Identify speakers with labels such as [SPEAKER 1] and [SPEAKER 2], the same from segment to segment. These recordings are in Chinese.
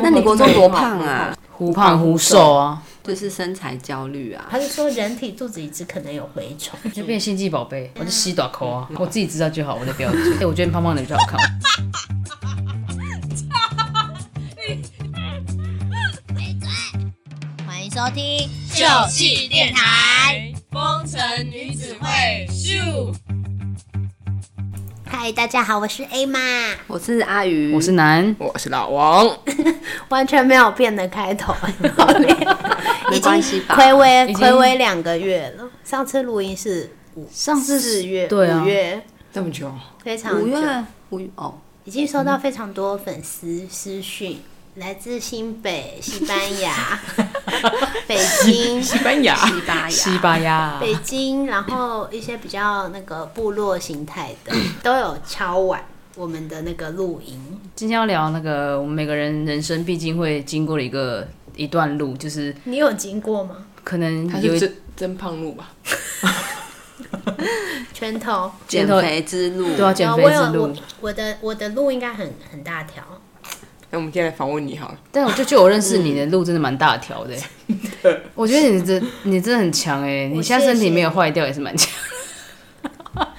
[SPEAKER 1] 那你国中多胖啊？
[SPEAKER 2] 忽胖忽瘦啊，
[SPEAKER 1] 就是身材焦虑啊。
[SPEAKER 3] 他是说人体肚子里只可能有蛔虫，
[SPEAKER 2] 就变心机宝贝，我就吸短口啊，我自己知道就好，我的标准。 哎对，我觉得胖胖的比较好看。
[SPEAKER 3] 欢迎收听
[SPEAKER 4] 旧气电台，风尘女子会咻。
[SPEAKER 3] 嗨，大家好，我是 A 妈，
[SPEAKER 1] 我是阿鱼，
[SPEAKER 2] 我是男，
[SPEAKER 5] 我是老王，
[SPEAKER 3] 完全没有变的开头，好厉害
[SPEAKER 1] 没关系吧？
[SPEAKER 3] 暌违
[SPEAKER 2] 已经
[SPEAKER 3] 暌违两个月了，上次录音是五
[SPEAKER 2] 上次是
[SPEAKER 3] 四月，
[SPEAKER 2] 对啊
[SPEAKER 3] 五月
[SPEAKER 5] 这么久，
[SPEAKER 3] 非常
[SPEAKER 1] 五
[SPEAKER 3] 久，
[SPEAKER 1] 月五月哦，
[SPEAKER 3] 已经收到非常多粉丝私讯，来自新北、西班牙、北京、
[SPEAKER 5] 西班牙，
[SPEAKER 1] 西班牙，
[SPEAKER 2] 西班牙，
[SPEAKER 3] 北京，然后一些比较那个部落形态 的，都有敲碗我们的那个录音。
[SPEAKER 2] 今天要聊那个我们每个人人生必经会经过的一个一段路，就是
[SPEAKER 3] 你有经过吗？
[SPEAKER 2] 可能
[SPEAKER 5] 他
[SPEAKER 2] 有
[SPEAKER 5] 是
[SPEAKER 2] 一
[SPEAKER 5] 真真胖路吧？
[SPEAKER 3] 拳头，
[SPEAKER 1] 减肥之路。
[SPEAKER 2] 都要减
[SPEAKER 3] 啊
[SPEAKER 2] 肥
[SPEAKER 3] 我
[SPEAKER 2] 之
[SPEAKER 3] 有
[SPEAKER 2] 路
[SPEAKER 3] 我，我的我的路应该很很大条，
[SPEAKER 5] 那我们今天来访问你好了，
[SPEAKER 2] 但我就觉得我认识你的路真的蛮大条的欸。我觉得你真你真的很强哎，你现在身体没有坏掉也是蛮强。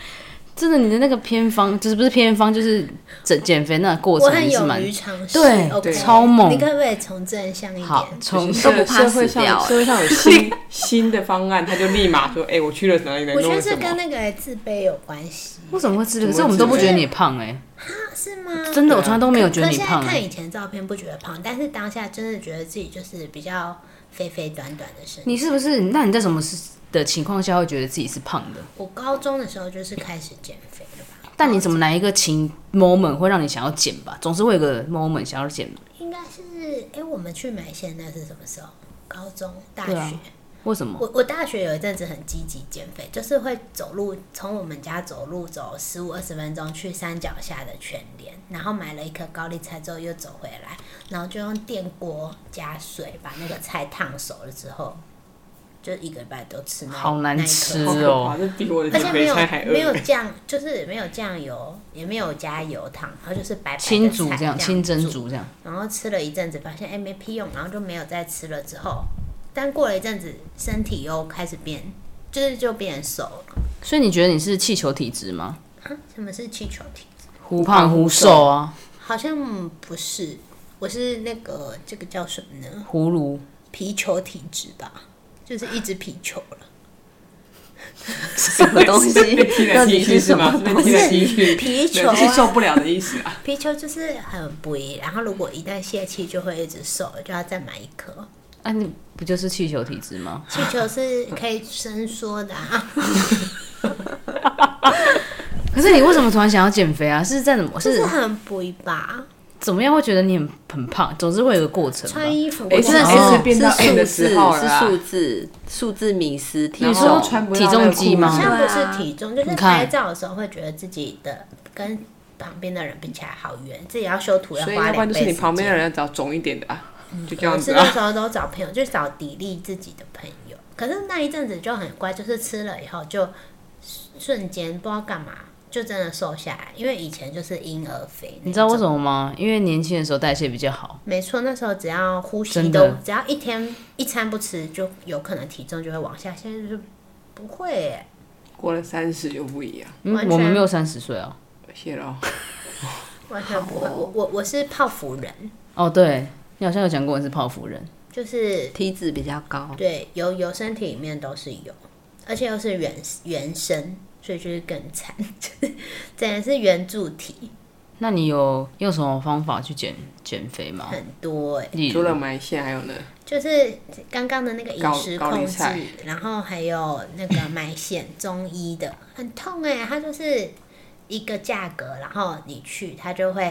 [SPEAKER 2] 真的，你的那个偏方就是不是偏方，就是整减肥那个过
[SPEAKER 3] 我
[SPEAKER 2] 程
[SPEAKER 3] 很
[SPEAKER 2] 也是
[SPEAKER 3] 勇
[SPEAKER 2] 蛮
[SPEAKER 3] 于尝试，
[SPEAKER 2] 对
[SPEAKER 3] o k
[SPEAKER 2] 超猛
[SPEAKER 3] 你可不可以从正向一
[SPEAKER 2] 好
[SPEAKER 3] 点？
[SPEAKER 2] 从
[SPEAKER 5] 就是
[SPEAKER 1] 都不怕
[SPEAKER 5] 社会
[SPEAKER 1] 死掉
[SPEAKER 5] 上社会上有新 新的方案，他就立马说：“哎，我去了哪里哪
[SPEAKER 3] 我
[SPEAKER 5] 里弄
[SPEAKER 3] 觉得
[SPEAKER 5] 了
[SPEAKER 3] 这
[SPEAKER 5] 什
[SPEAKER 3] 跟
[SPEAKER 5] 么
[SPEAKER 3] 那个自卑有关系，
[SPEAKER 2] 为什么会自卑？可
[SPEAKER 5] 怎么会
[SPEAKER 2] 是我们都不
[SPEAKER 5] 自卑
[SPEAKER 2] 觉得你胖哎、
[SPEAKER 3] 是吗？
[SPEAKER 2] 真的，我从来都没有觉得
[SPEAKER 3] 嗯啊可
[SPEAKER 2] 你
[SPEAKER 3] 现在
[SPEAKER 2] 胖哎、
[SPEAKER 3] 看以前照片不觉得胖，但是当下真的觉得自己就是比较肥肥短短的身体。
[SPEAKER 2] 你是不是？那你在什么时的情况下会觉得自己是胖的？
[SPEAKER 3] 我高中的时候就是开始减肥了吧？
[SPEAKER 2] 但你怎么哪一个情 moment 会让你想要减吧？总是会有个 moment 想要减。
[SPEAKER 3] 应该是哎、我们去买鲜那是什么时候？高中、大学。
[SPEAKER 2] 对啊为什么？
[SPEAKER 3] 我我大学有一阵子很积极减肥，就是会走路，从我们家走路走十五二十分钟去山脚下的全联，然后买了一颗高丽菜之后又走回来，然后就用电锅加水把那个菜烫熟了之后，就一个礼拜都吃那
[SPEAKER 2] 好难
[SPEAKER 3] 那一颗
[SPEAKER 2] 吃
[SPEAKER 5] 好可
[SPEAKER 2] 是
[SPEAKER 5] 怕
[SPEAKER 2] 哦
[SPEAKER 5] 这比我的
[SPEAKER 3] 而且
[SPEAKER 5] 减
[SPEAKER 3] 没
[SPEAKER 5] 肥
[SPEAKER 3] 有
[SPEAKER 5] 餐还
[SPEAKER 3] 没有
[SPEAKER 5] 饿。
[SPEAKER 3] 酱，就是没有酱油，也没有加油糖，然后就是白白的
[SPEAKER 2] 清煮
[SPEAKER 3] 菜
[SPEAKER 2] 这样，清蒸。煮这样，
[SPEAKER 3] 然后吃了一阵子，发现哎、没屁用，然后就没有再吃了。之后，但过了一阵子，身体又开始变，就是就变瘦了。
[SPEAKER 2] 所以你觉得你是气球体质吗？
[SPEAKER 3] 啊，什么是气球体？
[SPEAKER 2] 忽胖忽瘦啊，
[SPEAKER 3] 好像不是，我是那个这个叫什么呢？
[SPEAKER 2] 葫芦
[SPEAKER 3] 皮球体质吧，就是一直皮球了。
[SPEAKER 1] 什么东 西
[SPEAKER 5] 被踢来
[SPEAKER 1] 到
[SPEAKER 5] 踢
[SPEAKER 1] 底
[SPEAKER 5] 去
[SPEAKER 1] 是
[SPEAKER 5] 是
[SPEAKER 1] 什
[SPEAKER 5] 吗？
[SPEAKER 1] 么
[SPEAKER 5] 是被踢来踢去，
[SPEAKER 3] 皮球啊
[SPEAKER 5] 对是受不了的意思啊！
[SPEAKER 3] 皮球就是很肥，然后如果一旦泄气，就会一直瘦，就要再买一颗。
[SPEAKER 2] 啊，你不就是气球体质吗？
[SPEAKER 3] 气球是可以伸缩的啊，
[SPEAKER 2] 可是你为什么突然想要减肥啊？是在怎么
[SPEAKER 3] 就是是很肥吧？
[SPEAKER 2] 怎么样会觉得你很很胖？总是会有个过程吧。
[SPEAKER 3] 穿衣服
[SPEAKER 5] 哎
[SPEAKER 3] 我
[SPEAKER 5] 这
[SPEAKER 1] 真的
[SPEAKER 5] 哦 S
[SPEAKER 1] 是
[SPEAKER 5] 变到 M 的
[SPEAKER 1] 是
[SPEAKER 5] 时
[SPEAKER 1] 数
[SPEAKER 5] 候
[SPEAKER 1] 字，
[SPEAKER 5] 了
[SPEAKER 1] 是
[SPEAKER 5] 啊
[SPEAKER 1] 数字，数字迷失体
[SPEAKER 5] 然
[SPEAKER 1] 重
[SPEAKER 5] 后。穿不到
[SPEAKER 2] 体重
[SPEAKER 5] 那个
[SPEAKER 2] 机
[SPEAKER 5] 裤
[SPEAKER 2] 吗
[SPEAKER 3] 好
[SPEAKER 5] 子
[SPEAKER 3] 像
[SPEAKER 1] 对
[SPEAKER 3] 不
[SPEAKER 1] 啊
[SPEAKER 3] 是体重，就是
[SPEAKER 2] 你看
[SPEAKER 3] 拍照的时候会觉得自己的跟旁边的人比起来好远，自己要修图要
[SPEAKER 5] 所以
[SPEAKER 3] 花嗯
[SPEAKER 5] 要不然
[SPEAKER 3] 两
[SPEAKER 5] 就是
[SPEAKER 3] 倍
[SPEAKER 5] 你
[SPEAKER 3] 时
[SPEAKER 5] 旁边的
[SPEAKER 3] 间。
[SPEAKER 5] 人要找肿一点的啊，就这样
[SPEAKER 3] 我
[SPEAKER 5] 子
[SPEAKER 3] 是那
[SPEAKER 5] 啊。
[SPEAKER 3] 时候都找朋友，就找砥砺自己的朋友。可是那一阵子就很乖，就是吃了以后就瞬间不知道干嘛，就真的瘦下来。因为以前就是婴儿肥，
[SPEAKER 2] 你知道为什么吗？因为年轻的时候代谢比较好，
[SPEAKER 3] 没错，那时候只要呼吸
[SPEAKER 2] 真
[SPEAKER 3] 都
[SPEAKER 2] 的，
[SPEAKER 3] 只要一天一餐不吃，就有可能体重就会往下。现在就是不会耶，
[SPEAKER 5] 过了三十又不一样，
[SPEAKER 2] 嗯
[SPEAKER 3] 完，全
[SPEAKER 2] 我们没有三十岁啊。
[SPEAKER 5] 谢了哦。
[SPEAKER 3] 完全不会。
[SPEAKER 5] 哦
[SPEAKER 3] 我我我是泡芙人，
[SPEAKER 2] 哦，对，你好像有讲过你是泡芙人，
[SPEAKER 3] 就是
[SPEAKER 1] 体脂比较高，
[SPEAKER 3] 对油油身体里面都是油，而且又是原原生，所以就是更惨， 就是整个是圆柱体
[SPEAKER 2] 那你有用什么方法去减减肥吗？
[SPEAKER 3] 很多哎。
[SPEAKER 2] 例
[SPEAKER 5] 除了
[SPEAKER 2] 如，
[SPEAKER 5] 埋线还有呢，
[SPEAKER 3] 就是刚刚的那个饮
[SPEAKER 5] 高
[SPEAKER 3] 食
[SPEAKER 5] 高
[SPEAKER 3] 控
[SPEAKER 5] 丽
[SPEAKER 3] 制
[SPEAKER 5] 菜，
[SPEAKER 3] 然后还有那个 买线中医的，很痛哎、它就是一个价格，然后你去，它就会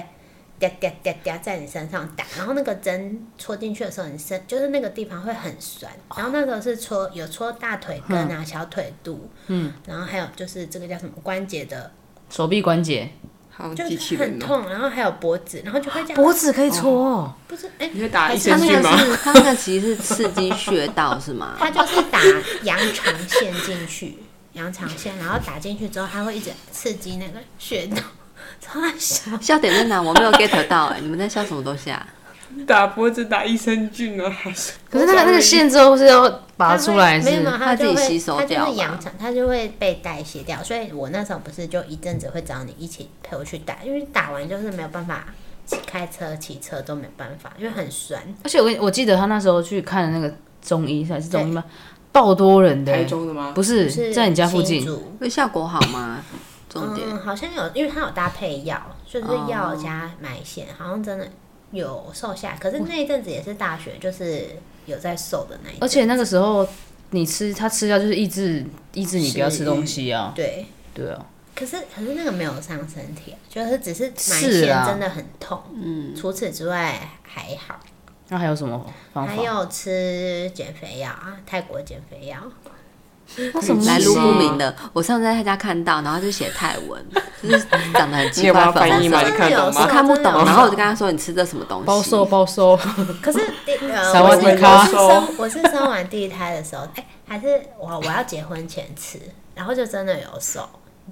[SPEAKER 3] 嗲嗲嗲嗲在你身上打，然后那个针戳进去的时候，你身就是那个地方会很酸，
[SPEAKER 5] 哦
[SPEAKER 3] 然后那个是戳有戳大腿根啊、小腿肚，嗯，然后还有就是这个叫什么关节的，
[SPEAKER 2] 手臂关节、
[SPEAKER 5] 好像
[SPEAKER 3] 就
[SPEAKER 5] 机器
[SPEAKER 3] 是
[SPEAKER 5] 人哦
[SPEAKER 3] 很
[SPEAKER 5] 呢。
[SPEAKER 3] 痛，然后还有脖子，然后就会这样，
[SPEAKER 2] 脖子可以搓哦，
[SPEAKER 3] 不是哎，
[SPEAKER 5] 你会打
[SPEAKER 3] 还
[SPEAKER 5] 益
[SPEAKER 3] 是
[SPEAKER 5] 生
[SPEAKER 1] 他那
[SPEAKER 5] 菌吗
[SPEAKER 1] 个？ 是他那个其实是刺激穴道是吗？
[SPEAKER 3] 他就是打羊肠线进去， 羊肠线，然后打进去之后，它会一直刺激那个穴道，超好笑。
[SPEAKER 1] 欸笑点在哪？我没有 get 到哎、你们在笑什么东西啊？
[SPEAKER 5] 打脖子打益生菌啊，
[SPEAKER 2] 可是那个那个线之后是要拔出来是
[SPEAKER 3] 没有没有，
[SPEAKER 1] 它
[SPEAKER 3] 就
[SPEAKER 1] 自己
[SPEAKER 3] 会
[SPEAKER 1] 吸收
[SPEAKER 3] 它
[SPEAKER 1] 掉
[SPEAKER 3] 就是
[SPEAKER 1] 吧
[SPEAKER 3] 养成，它就会被代谢掉。所以我那时候不是就一阵子会找你一起陪我去打，因为打完就是没有办法骑开车、骑车都没办法，因为很酸。
[SPEAKER 2] 而且我跟我记得他那时候去看那个中医还是中医吗？爆多人的、
[SPEAKER 5] 台中的吗？
[SPEAKER 2] 不是
[SPEAKER 3] 是
[SPEAKER 2] 在你家附
[SPEAKER 3] 新
[SPEAKER 2] 近，
[SPEAKER 3] 竹
[SPEAKER 1] 那效果好吗？重点
[SPEAKER 3] 嗯，好像有，因为它有搭配药，就是药加埋线，好像真的有瘦下来。可是那一阵子也是大学，就是有在瘦的那一阵，
[SPEAKER 2] 而且那个时候你吃他吃药就是抑制抑制你不要吃东西啊，
[SPEAKER 3] 对。
[SPEAKER 2] 对啊，
[SPEAKER 3] 可是可是那个没有伤身体啊，就是只是埋
[SPEAKER 2] 是
[SPEAKER 3] 线
[SPEAKER 2] 啊
[SPEAKER 3] 真的很痛。嗯，除此之外还好。
[SPEAKER 2] 那还有什么方法
[SPEAKER 3] 还？有吃减肥药啊，泰国减肥药，
[SPEAKER 2] 那什么
[SPEAKER 1] 来
[SPEAKER 2] 东
[SPEAKER 1] 路
[SPEAKER 2] 西
[SPEAKER 1] 不明的，我上次在他家看到，然后就写泰文，就是长得很
[SPEAKER 5] 你
[SPEAKER 1] 奇
[SPEAKER 5] 有帮
[SPEAKER 1] 怪，
[SPEAKER 5] 他翻译
[SPEAKER 1] 粉红
[SPEAKER 5] 吗？
[SPEAKER 1] 色
[SPEAKER 5] 你
[SPEAKER 1] 的。
[SPEAKER 5] 看得懂
[SPEAKER 1] 我
[SPEAKER 3] 哦
[SPEAKER 5] 吗？
[SPEAKER 1] 看不懂，啊
[SPEAKER 3] 真的有
[SPEAKER 1] 然后我就跟他说：“你吃的什么东西？”
[SPEAKER 2] 包瘦包瘦，
[SPEAKER 3] 可是第呃，
[SPEAKER 2] 萨
[SPEAKER 3] 我
[SPEAKER 2] 瓦
[SPEAKER 3] 是
[SPEAKER 2] 迪
[SPEAKER 3] 我
[SPEAKER 2] 卡
[SPEAKER 3] 是生我是生完第一胎的时候，哎、还是我我要结婚前吃，然后就真的有瘦，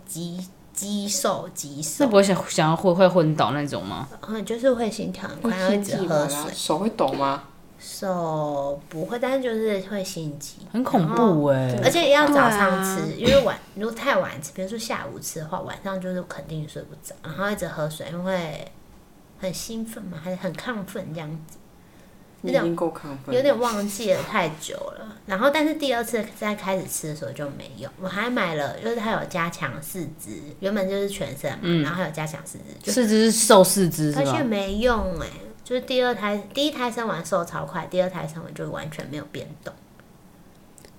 [SPEAKER 3] 极极瘦极
[SPEAKER 2] 那
[SPEAKER 3] 瘦
[SPEAKER 2] 不，会想想要会会昏倒那种吗？
[SPEAKER 3] 嗯，就是会心跳很快，然后一直喝水，
[SPEAKER 5] 手会抖吗？
[SPEAKER 3] 瘦不会，但是就是会心悸，
[SPEAKER 2] 很恐怖哎、
[SPEAKER 3] 而且要早上
[SPEAKER 1] 对啊
[SPEAKER 3] 吃，因为晚如果太晚吃，比如说下午吃的话，晚上就是肯定睡不着，然后一直喝水，因为很兴奋嘛，还是很亢奋这样子，
[SPEAKER 5] 你已经够亢奋，
[SPEAKER 3] 有点忘记了太久了。然后但是第二次再开始吃的时候就没有，我还买了，就是它有加强四肢，原本就是全身嘛，然后还有加强四肢，
[SPEAKER 2] 四肢是瘦四肢
[SPEAKER 3] 就
[SPEAKER 2] 是
[SPEAKER 3] 而且
[SPEAKER 2] 吧？
[SPEAKER 3] 没用哎、就是第二胎，第一胎生完瘦超快，第二胎生完就完全没有变动。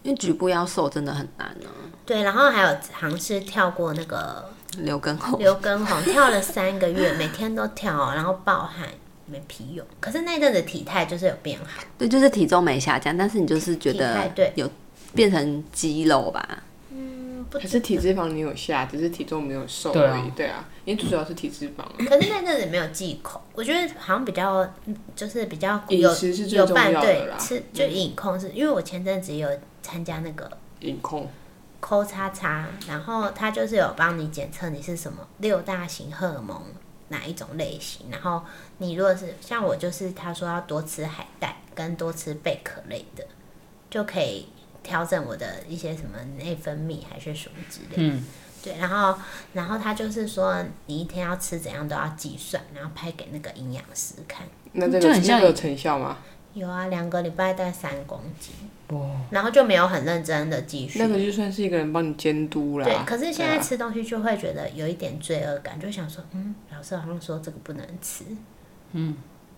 [SPEAKER 1] 因为局部要瘦真的很难呢、啊，
[SPEAKER 3] 对，然后还有尝试跳过那个
[SPEAKER 1] 留根后
[SPEAKER 3] 刘畊宏跳了三个月，每天都跳，然后暴汗，没屁用。可是那阵子体态就是有变好，
[SPEAKER 1] 对，就是体重没下降，但是你就是觉
[SPEAKER 3] 体态
[SPEAKER 1] 得
[SPEAKER 3] 对
[SPEAKER 1] 有变成肌肉吧？
[SPEAKER 3] 不
[SPEAKER 5] 可是体脂肪你有下，只是体重没有瘦
[SPEAKER 2] 对
[SPEAKER 5] 而
[SPEAKER 2] 啊
[SPEAKER 5] 已。对啊，因为主要是体脂肪啊。
[SPEAKER 3] 可是那阵子没有忌口，我觉得好像比较嗯就是比较
[SPEAKER 5] 饮
[SPEAKER 3] 有
[SPEAKER 5] 食是最
[SPEAKER 3] 有办
[SPEAKER 5] 重要的
[SPEAKER 3] 对
[SPEAKER 5] 啦嗯
[SPEAKER 3] 吃就饮控制，因为我前阵子有参加那个
[SPEAKER 5] 饮控，
[SPEAKER 3] 抠叉叉，然后它就是有帮你检测你是什么六大型荷尔蒙哪一种类型，然后你如果是像我，就是他说要多吃海带跟多吃贝壳类的，就可以调整我的一些什么内分泌还是什么之类的。
[SPEAKER 2] 嗯，
[SPEAKER 3] 对，然后然后他就是说你一天要吃怎样都要计算，然后拍给那个营养师看。
[SPEAKER 5] 那这
[SPEAKER 2] 就
[SPEAKER 5] 个
[SPEAKER 2] 很像
[SPEAKER 5] 那个有成效吗？
[SPEAKER 3] 有啊，两个礼拜带三公斤，然后就没有很认真的继续。
[SPEAKER 5] 那个就算是一个人帮你监督啦。
[SPEAKER 3] 对，可是现在
[SPEAKER 5] 对啊
[SPEAKER 3] 吃东西就会觉得有一点罪恶感，就想说，嗯，老师好像说这个不能吃，嗯，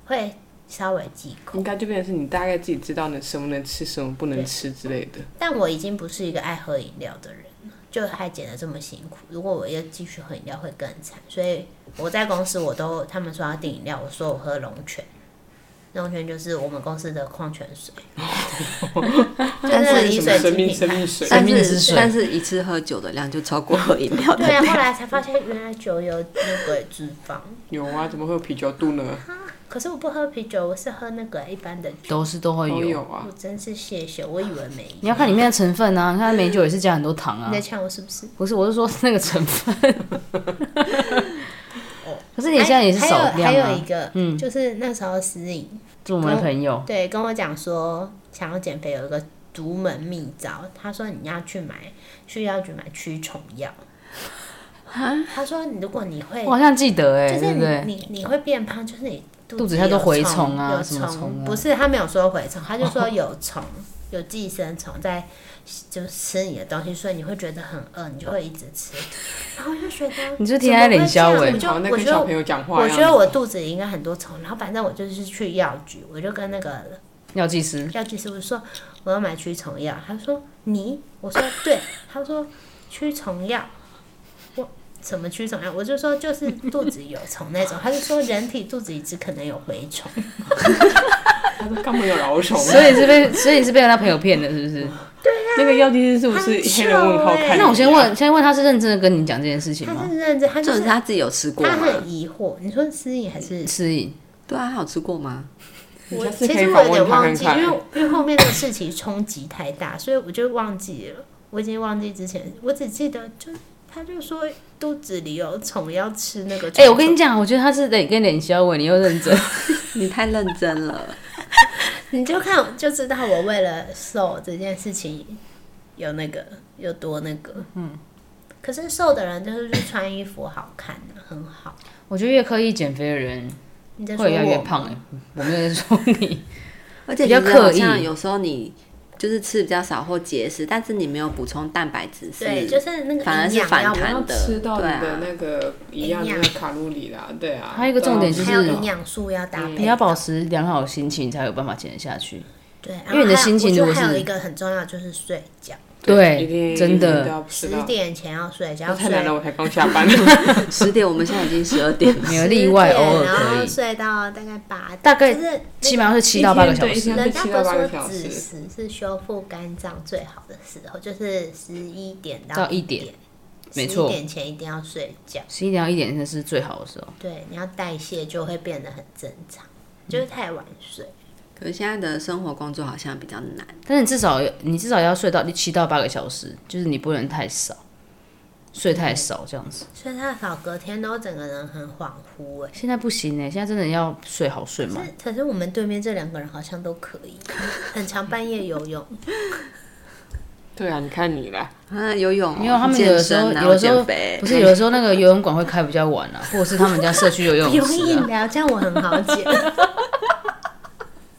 [SPEAKER 3] 会稍微忌口。
[SPEAKER 5] 应该就变成是你大概自己知道你什么能吃，什么不能吃之类的。
[SPEAKER 3] 但我已经不是一个爱喝饮料的人了，就还减得这么辛苦。如果我要继续喝饮料，会更惨。所以我在公司我都他们说要订饮料，我说我喝龙泉。龙泉就是我们公司的矿泉水，就是那个
[SPEAKER 1] 但是
[SPEAKER 3] 饮
[SPEAKER 5] 什么
[SPEAKER 3] 水
[SPEAKER 5] 生命
[SPEAKER 3] 机品
[SPEAKER 5] 生
[SPEAKER 3] 牌
[SPEAKER 5] 命。水，
[SPEAKER 1] 但
[SPEAKER 2] 生命之
[SPEAKER 1] 是
[SPEAKER 2] 水
[SPEAKER 1] 但是一次喝酒的量就超过喝饮料的
[SPEAKER 3] 对啊，
[SPEAKER 1] 量。
[SPEAKER 3] 后来才发现原来酒有那个脂肪。
[SPEAKER 5] 有啊，怎么会有啤酒肚 呢？
[SPEAKER 3] 可是我不喝啤酒，我是喝那个一般的酒。
[SPEAKER 2] 都是都会
[SPEAKER 5] 都
[SPEAKER 2] 有。
[SPEAKER 5] 有啊
[SPEAKER 3] 我，真是谢谢，我以为没有。
[SPEAKER 2] 你要看里面的成分啊，你看美酒也是加很多糖啊
[SPEAKER 3] 你。在呛我是不是？
[SPEAKER 2] 不是，我是说那个成分。 哦可是你现在也是少
[SPEAKER 3] 还有
[SPEAKER 2] 量
[SPEAKER 3] 还有
[SPEAKER 2] 啊
[SPEAKER 3] 一。个，
[SPEAKER 2] 嗯
[SPEAKER 3] 就是那时候思颖
[SPEAKER 2] 做我们的朋友，
[SPEAKER 3] 对跟我讲说，想要减肥有一个独门秘招，他说你要去买去药局买驱虫药。他说如果你会
[SPEAKER 2] 我，好像记得哎、
[SPEAKER 3] 就是
[SPEAKER 2] 啊对不
[SPEAKER 3] 你
[SPEAKER 2] 对？
[SPEAKER 3] 你你会变胖，就是你
[SPEAKER 2] 肚子
[SPEAKER 3] 有
[SPEAKER 2] 下都蛔
[SPEAKER 3] 虫
[SPEAKER 2] 虫啊
[SPEAKER 3] 有
[SPEAKER 2] 什么虫啊哦
[SPEAKER 3] 不是他没有说蛔虫，他就说有虫。有寄生虫在，就吃你的东西，所以你会觉得很饿，你就会一直吃。然后我就觉得
[SPEAKER 2] 你是天爱冷笑
[SPEAKER 3] 怎么
[SPEAKER 2] 哎
[SPEAKER 3] 会，这样
[SPEAKER 5] 哦好，那
[SPEAKER 3] 我
[SPEAKER 5] 跟
[SPEAKER 3] 就
[SPEAKER 5] 小
[SPEAKER 3] 我觉
[SPEAKER 5] 朋
[SPEAKER 3] 得
[SPEAKER 5] 友讲话
[SPEAKER 3] 我
[SPEAKER 5] 一
[SPEAKER 3] 觉
[SPEAKER 5] 样。
[SPEAKER 3] 得我肚子里应该很多虫，然后反正我就是去药局，我就跟那个
[SPEAKER 2] 药剂师
[SPEAKER 3] 药剂师傅说我要买驱虫药，他说你，我说对，他说驱虫药，我什么驱虫药？我就说就是肚子有虫那种，他就说人体肚子里只可能有蛔虫，
[SPEAKER 5] 他说根本有老虫啊。
[SPEAKER 2] 所 以是被， 所以是被他朋友骗的，是不是？
[SPEAKER 5] 那个药剂师是不是黑人问号
[SPEAKER 3] 很臭
[SPEAKER 5] 看
[SPEAKER 3] 欸
[SPEAKER 5] 你？
[SPEAKER 2] 那我先问，先问他是认真的跟你讲这件事情
[SPEAKER 3] 他
[SPEAKER 2] 吗？
[SPEAKER 3] 是认真，他 就
[SPEAKER 1] 重点
[SPEAKER 3] 是
[SPEAKER 1] 是他自己有吃过啊
[SPEAKER 3] 他
[SPEAKER 1] 吗？
[SPEAKER 3] 很疑惑，你说思颖还是？
[SPEAKER 2] 是以
[SPEAKER 1] 对啊，他有吃过吗？
[SPEAKER 5] 你
[SPEAKER 3] 我
[SPEAKER 5] 下次
[SPEAKER 3] 其
[SPEAKER 5] 可以
[SPEAKER 3] 实我
[SPEAKER 5] 访
[SPEAKER 3] 有
[SPEAKER 5] 问
[SPEAKER 3] 点
[SPEAKER 5] 他
[SPEAKER 3] 忘
[SPEAKER 5] 看
[SPEAKER 3] 记，
[SPEAKER 5] 看
[SPEAKER 3] 因为因为后面那个事情冲击太大，所以我就忘记了。我已经忘记之前，我只记得就他就说肚子里有虫要吃那个虫。
[SPEAKER 2] 哎 哎、我跟你讲，我觉得他是得跟脸消委，你又认真。
[SPEAKER 1] 你太认真了。
[SPEAKER 3] 你就看就知道我为了瘦这件事情有那个有多那个，嗯。可是瘦的人就是去穿衣服好看、啊，很好。
[SPEAKER 2] 我觉得越刻意减肥的人
[SPEAKER 3] 你在说
[SPEAKER 2] 会越来越
[SPEAKER 3] 我
[SPEAKER 2] 胖哎、我没有在说你，
[SPEAKER 1] 而且
[SPEAKER 2] 比较
[SPEAKER 1] 其实好
[SPEAKER 2] 刻意
[SPEAKER 1] 像有时候你就是吃比较少或节食，但是你没有补充蛋白质，
[SPEAKER 3] 对，就是那个
[SPEAKER 1] 反而是
[SPEAKER 3] 营养
[SPEAKER 1] 反
[SPEAKER 3] 要
[SPEAKER 1] 弹
[SPEAKER 5] 要
[SPEAKER 1] 难得
[SPEAKER 5] 吃到你
[SPEAKER 1] 对啊
[SPEAKER 5] 的那个一样的那个卡路里啦，对啊。
[SPEAKER 2] 还有一个重点就是
[SPEAKER 3] 还有营养素要搭配，
[SPEAKER 2] 你要保持良好的心情，你才有办法减得下去。
[SPEAKER 3] 对，
[SPEAKER 2] 因为你的心情
[SPEAKER 3] 就
[SPEAKER 2] 如果
[SPEAKER 3] 还有
[SPEAKER 2] 是
[SPEAKER 3] 一个很重要就是睡觉，
[SPEAKER 5] 一定
[SPEAKER 2] 对，真
[SPEAKER 5] 一定都
[SPEAKER 2] 的
[SPEAKER 5] 要吃
[SPEAKER 3] 十
[SPEAKER 5] 到。
[SPEAKER 3] 点前要睡觉，要
[SPEAKER 5] 太
[SPEAKER 3] 睡
[SPEAKER 5] 难了，我才刚下班。
[SPEAKER 1] 十点，我们现在已经十二点了。
[SPEAKER 2] 没有例外，
[SPEAKER 3] 10点
[SPEAKER 2] 偶尔
[SPEAKER 3] 然
[SPEAKER 2] 可
[SPEAKER 3] 后
[SPEAKER 2] 以，
[SPEAKER 3] 睡到大概八，
[SPEAKER 2] 大概
[SPEAKER 3] 就是
[SPEAKER 2] 起码是七到八个小
[SPEAKER 5] 一
[SPEAKER 2] 时
[SPEAKER 5] 天。对
[SPEAKER 3] 人
[SPEAKER 5] 一
[SPEAKER 3] 家
[SPEAKER 5] 天
[SPEAKER 3] 不
[SPEAKER 5] 是七到八
[SPEAKER 3] 是
[SPEAKER 5] 个
[SPEAKER 3] 说
[SPEAKER 5] 小
[SPEAKER 3] 子
[SPEAKER 5] 时。
[SPEAKER 3] 时是修复肝脏最好的时候，就是十一点
[SPEAKER 2] 到
[SPEAKER 3] 一
[SPEAKER 2] 1点，没错
[SPEAKER 3] 一点前一定要睡觉，
[SPEAKER 2] 十一点到一点真的是最好的时候。
[SPEAKER 3] 对，你要代谢就会变得很正常，就是太晚睡。
[SPEAKER 1] 可是现在的生活工作好像比较难，
[SPEAKER 2] 但是至少你至少要睡到七到八个小时，就是你不能太少，睡太少这样子。
[SPEAKER 3] 睡太少，隔天都整个人很恍惚哎、
[SPEAKER 2] 现在不行哎、现在真的要睡好睡满
[SPEAKER 3] 可。是可是我们对面这两个人好像都可以，很常半夜游泳。
[SPEAKER 5] 对啊，你看你啦，
[SPEAKER 1] 啊，游泳哦、
[SPEAKER 2] 没有，他们有
[SPEAKER 1] 健
[SPEAKER 2] 的时候，
[SPEAKER 1] 身啊然
[SPEAKER 2] 有
[SPEAKER 1] 后
[SPEAKER 2] 的时候
[SPEAKER 1] 减肥
[SPEAKER 2] 不是有的时候那个游泳馆会开比较晚啊，或者是他们家社 区游泳
[SPEAKER 3] 有
[SPEAKER 2] 池
[SPEAKER 3] 硬
[SPEAKER 2] 啊，
[SPEAKER 3] 的啊，这样我很好解，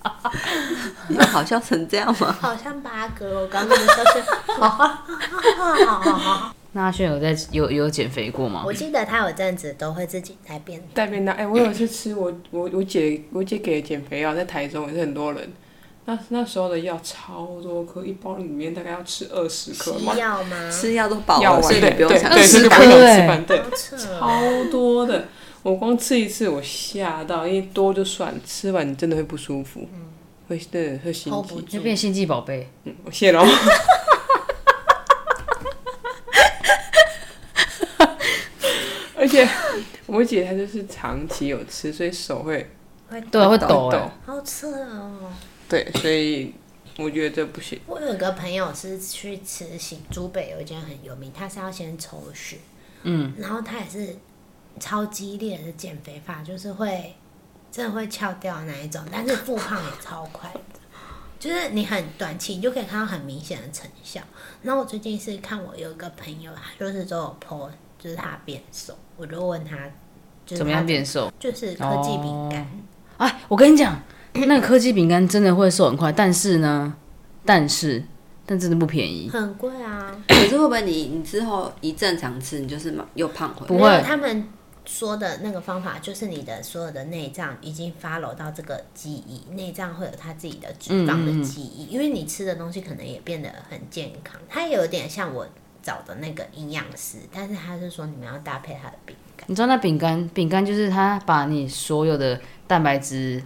[SPEAKER 1] 你们好笑成这样 吗？
[SPEAKER 3] 好像八哥，我刚刚的时候是，好好好好好，
[SPEAKER 2] 那阿轩有在有有减肥过吗
[SPEAKER 3] 我？记得他有阵子都会自己带便当，
[SPEAKER 5] 带便当。哎、我有一次吃我我我姐我姐给的减肥药，在台中也是很多人。那那时候的药超多颗，一包里面大概要吃二十颗嘛
[SPEAKER 3] 西，药吗？
[SPEAKER 1] 吃药都饱
[SPEAKER 5] 药
[SPEAKER 1] 了，
[SPEAKER 5] 丸
[SPEAKER 1] 所以
[SPEAKER 5] 对啊
[SPEAKER 1] 你
[SPEAKER 5] 对
[SPEAKER 1] 不用
[SPEAKER 5] 对，
[SPEAKER 1] 想
[SPEAKER 5] 对
[SPEAKER 1] 吃
[SPEAKER 5] 所以就
[SPEAKER 2] 20
[SPEAKER 5] 不用
[SPEAKER 2] 颗
[SPEAKER 5] 想
[SPEAKER 2] 欸
[SPEAKER 5] 吃饭，对，
[SPEAKER 3] 好扯哦，
[SPEAKER 5] 超多的。我光吃一次我吓到，因为多就算，了，吃完你真的会不舒服，会真的会心
[SPEAKER 3] hold 不
[SPEAKER 5] 悸。
[SPEAKER 2] 就
[SPEAKER 3] 住，
[SPEAKER 2] 变心悸宝贝，
[SPEAKER 5] 我谢喽。而且我姐她就是长期有吃，所以手会
[SPEAKER 3] 会
[SPEAKER 2] 对啊，会
[SPEAKER 5] 会
[SPEAKER 2] 抖哎、
[SPEAKER 5] 抖
[SPEAKER 3] 好扯哦。
[SPEAKER 5] 对，所以我觉得这不行。
[SPEAKER 3] 我有个朋友是去吃醒珠北有一间很有名，他是要先抽血，嗯，然后他也是超激烈的减肥法，就是会真的会翘掉那一种，但是复胖也超快的， 就是你很短期你就可以看到很明显的成效。然后我最近是看我有一个朋友，他就是都有 po，就是他变瘦，我就问他，就是他
[SPEAKER 2] 怎么样？变瘦？
[SPEAKER 3] 就是科技饼干，
[SPEAKER 2] 哎，我跟你讲，那个科技饼干真的会瘦很快，但是呢，但是但真的不便宜，
[SPEAKER 3] 很贵啊。
[SPEAKER 1] 可是会不会你你之后一正常吃，你就是马又胖回
[SPEAKER 2] 不
[SPEAKER 1] 来？
[SPEAKER 2] 会
[SPEAKER 3] 没有他们说的那个方法就是你的所有的内脏已经 follow 到这个记忆，内脏会有它自己的脂肪的记
[SPEAKER 2] 嗯
[SPEAKER 3] 忆，因为你吃的东西可能也变得很健康。它也有点像我找的那个营养师，但是他是说你们要搭配它的饼干。
[SPEAKER 2] 你知道那饼干，饼干就是它把你所有的蛋白质、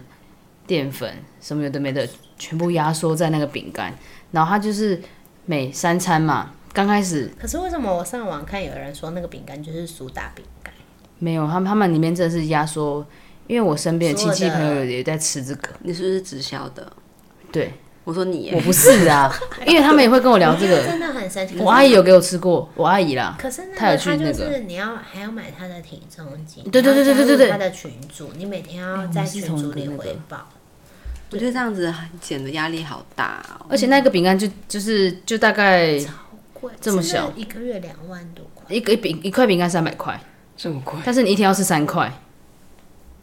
[SPEAKER 2] 淀粉什么有的没的，全部压缩在那个饼干，然后它就是每三餐嘛，刚开始
[SPEAKER 3] 可是为什么我上网看有人说那个饼干就是苏打饼干？
[SPEAKER 2] 没有，他们他们里面真的是压缩，因为我身边的亲戚
[SPEAKER 3] 所有
[SPEAKER 2] 朋
[SPEAKER 3] 的
[SPEAKER 2] 友也在吃这个，
[SPEAKER 1] 你是不是直销的？
[SPEAKER 2] 对
[SPEAKER 1] 我说你
[SPEAKER 2] 我
[SPEAKER 1] 耶，
[SPEAKER 2] 不是啊， 因为他们也会跟我聊这个，
[SPEAKER 3] 真的很神奇。
[SPEAKER 2] 我阿姨有给我吃过，我阿姨啦，
[SPEAKER 3] 可是那
[SPEAKER 2] 他
[SPEAKER 3] 个
[SPEAKER 2] 有
[SPEAKER 3] 他
[SPEAKER 2] 去那
[SPEAKER 3] 就
[SPEAKER 2] 个
[SPEAKER 3] 是你要还要买他的体重计，
[SPEAKER 2] 对对对对对对对
[SPEAKER 3] 他的群主，你每天要在群组里
[SPEAKER 2] 哎我们是同一个那
[SPEAKER 3] 回
[SPEAKER 2] 个
[SPEAKER 3] 报。
[SPEAKER 1] 我觉得这样子减的压力好大 哦。
[SPEAKER 2] 而且那个饼干就就是就大概
[SPEAKER 3] 贵，
[SPEAKER 2] 这么小
[SPEAKER 3] 真的一个月两万多块，
[SPEAKER 2] 一个一饼一块饼干三百块，
[SPEAKER 5] 这么贵，
[SPEAKER 2] 但是你一天要吃三块，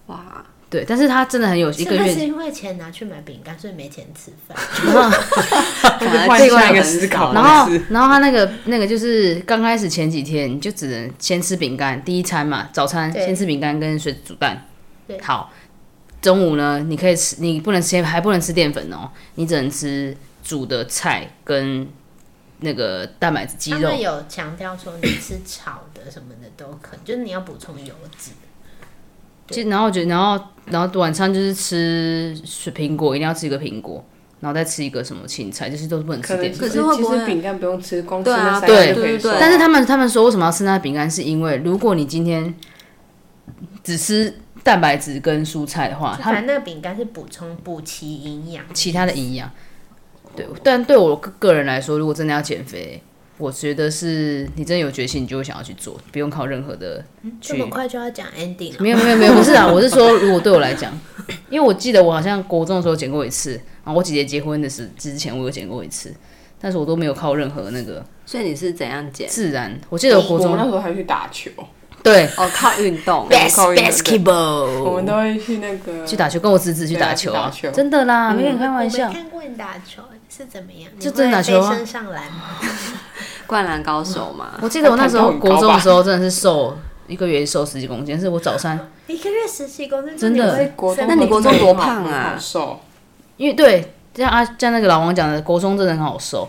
[SPEAKER 1] 哇，
[SPEAKER 2] 对，但是它真的很有一个
[SPEAKER 3] 是不是
[SPEAKER 2] 月，
[SPEAKER 3] 因为钱拿去买饼干，所以没钱吃饭？
[SPEAKER 1] 反而
[SPEAKER 5] 换
[SPEAKER 1] 吃
[SPEAKER 5] 下一个
[SPEAKER 1] 很
[SPEAKER 5] 思
[SPEAKER 1] 少
[SPEAKER 5] 考
[SPEAKER 2] 然
[SPEAKER 5] 方
[SPEAKER 2] 后
[SPEAKER 5] 式。
[SPEAKER 2] 然后它那个那个就是刚开始前几天你就只能先吃饼干，第一餐嘛，早餐
[SPEAKER 3] 对
[SPEAKER 2] 先吃饼干跟水煮蛋
[SPEAKER 3] 对，
[SPEAKER 2] 好，中午呢你可以吃，你不能吃还不能吃淀粉哦，你只能吃煮的菜跟那个蛋白质鸡
[SPEAKER 3] 他
[SPEAKER 2] 肉
[SPEAKER 3] 们，有强调说你吃炒的什么的都可以，就是你要补充油脂。
[SPEAKER 2] 就然后我觉得然后然后晚上就是吃水苹果，一定要吃一个苹果，然后再吃一个什么青菜，就是都不能吃
[SPEAKER 5] 可
[SPEAKER 2] 淀
[SPEAKER 5] 能
[SPEAKER 2] 粉。
[SPEAKER 1] 可是会
[SPEAKER 5] 其
[SPEAKER 1] 不会
[SPEAKER 5] 实饼干不用吃，光吃
[SPEAKER 1] 对啊
[SPEAKER 5] 那三个
[SPEAKER 2] 对
[SPEAKER 5] 就可以
[SPEAKER 1] 对对
[SPEAKER 5] 瘦
[SPEAKER 1] 对
[SPEAKER 2] 但是他们他们说为什么要吃那饼干，是因为如果你今天只吃蛋白质跟蔬菜的话，
[SPEAKER 3] 反
[SPEAKER 2] 它
[SPEAKER 3] 正那个饼干是补充补齐营养，
[SPEAKER 2] 其他的营养，对。但对我个个人来说，如果真的要减肥，我觉得是你真的有决心，你就会想要去做，不用靠任何的
[SPEAKER 3] 嗯这
[SPEAKER 2] 去。
[SPEAKER 3] 么快就要讲 ending 了。
[SPEAKER 2] 没有没有没有，不是啊，我是说，如果对我来讲，因为我记得我好像国中的时候剪过一次，然后我姐姐结婚的时之前我有剪过一次，但是我都没有靠任何那个
[SPEAKER 1] 所以你是怎样剪？
[SPEAKER 2] 自然。我记得我国
[SPEAKER 5] 我们那
[SPEAKER 2] 中
[SPEAKER 5] 时候还去打球，
[SPEAKER 2] 对
[SPEAKER 1] 哦，靠运 动。
[SPEAKER 5] 对靠运动
[SPEAKER 1] basketball。
[SPEAKER 5] 我们都会去那个
[SPEAKER 2] 去打球，跟我侄子去
[SPEAKER 5] 对啊
[SPEAKER 2] 打球啊，
[SPEAKER 5] 去打球
[SPEAKER 2] 真的啦，没跟你
[SPEAKER 3] 我
[SPEAKER 2] 开玩
[SPEAKER 3] 我
[SPEAKER 2] 笑
[SPEAKER 3] 没。看过你打球是怎么样？
[SPEAKER 2] 就
[SPEAKER 3] 你会
[SPEAKER 2] 真的打球啊
[SPEAKER 3] 飞身上篮吗？
[SPEAKER 1] 灌篮高手嘛，
[SPEAKER 2] 我记得我那时
[SPEAKER 5] 他
[SPEAKER 2] 候
[SPEAKER 5] 看高
[SPEAKER 2] 国
[SPEAKER 5] 很高吧
[SPEAKER 2] 中的时候真的是瘦一个月瘦十几公斤，但是我早餐
[SPEAKER 3] 一个月十几公斤，
[SPEAKER 2] 真的
[SPEAKER 3] 那你会
[SPEAKER 5] 国中，
[SPEAKER 3] 生
[SPEAKER 1] 那你国中多胖啊
[SPEAKER 5] 很好瘦，
[SPEAKER 2] 因为对像阿像那个老王讲的，国中真的很好瘦。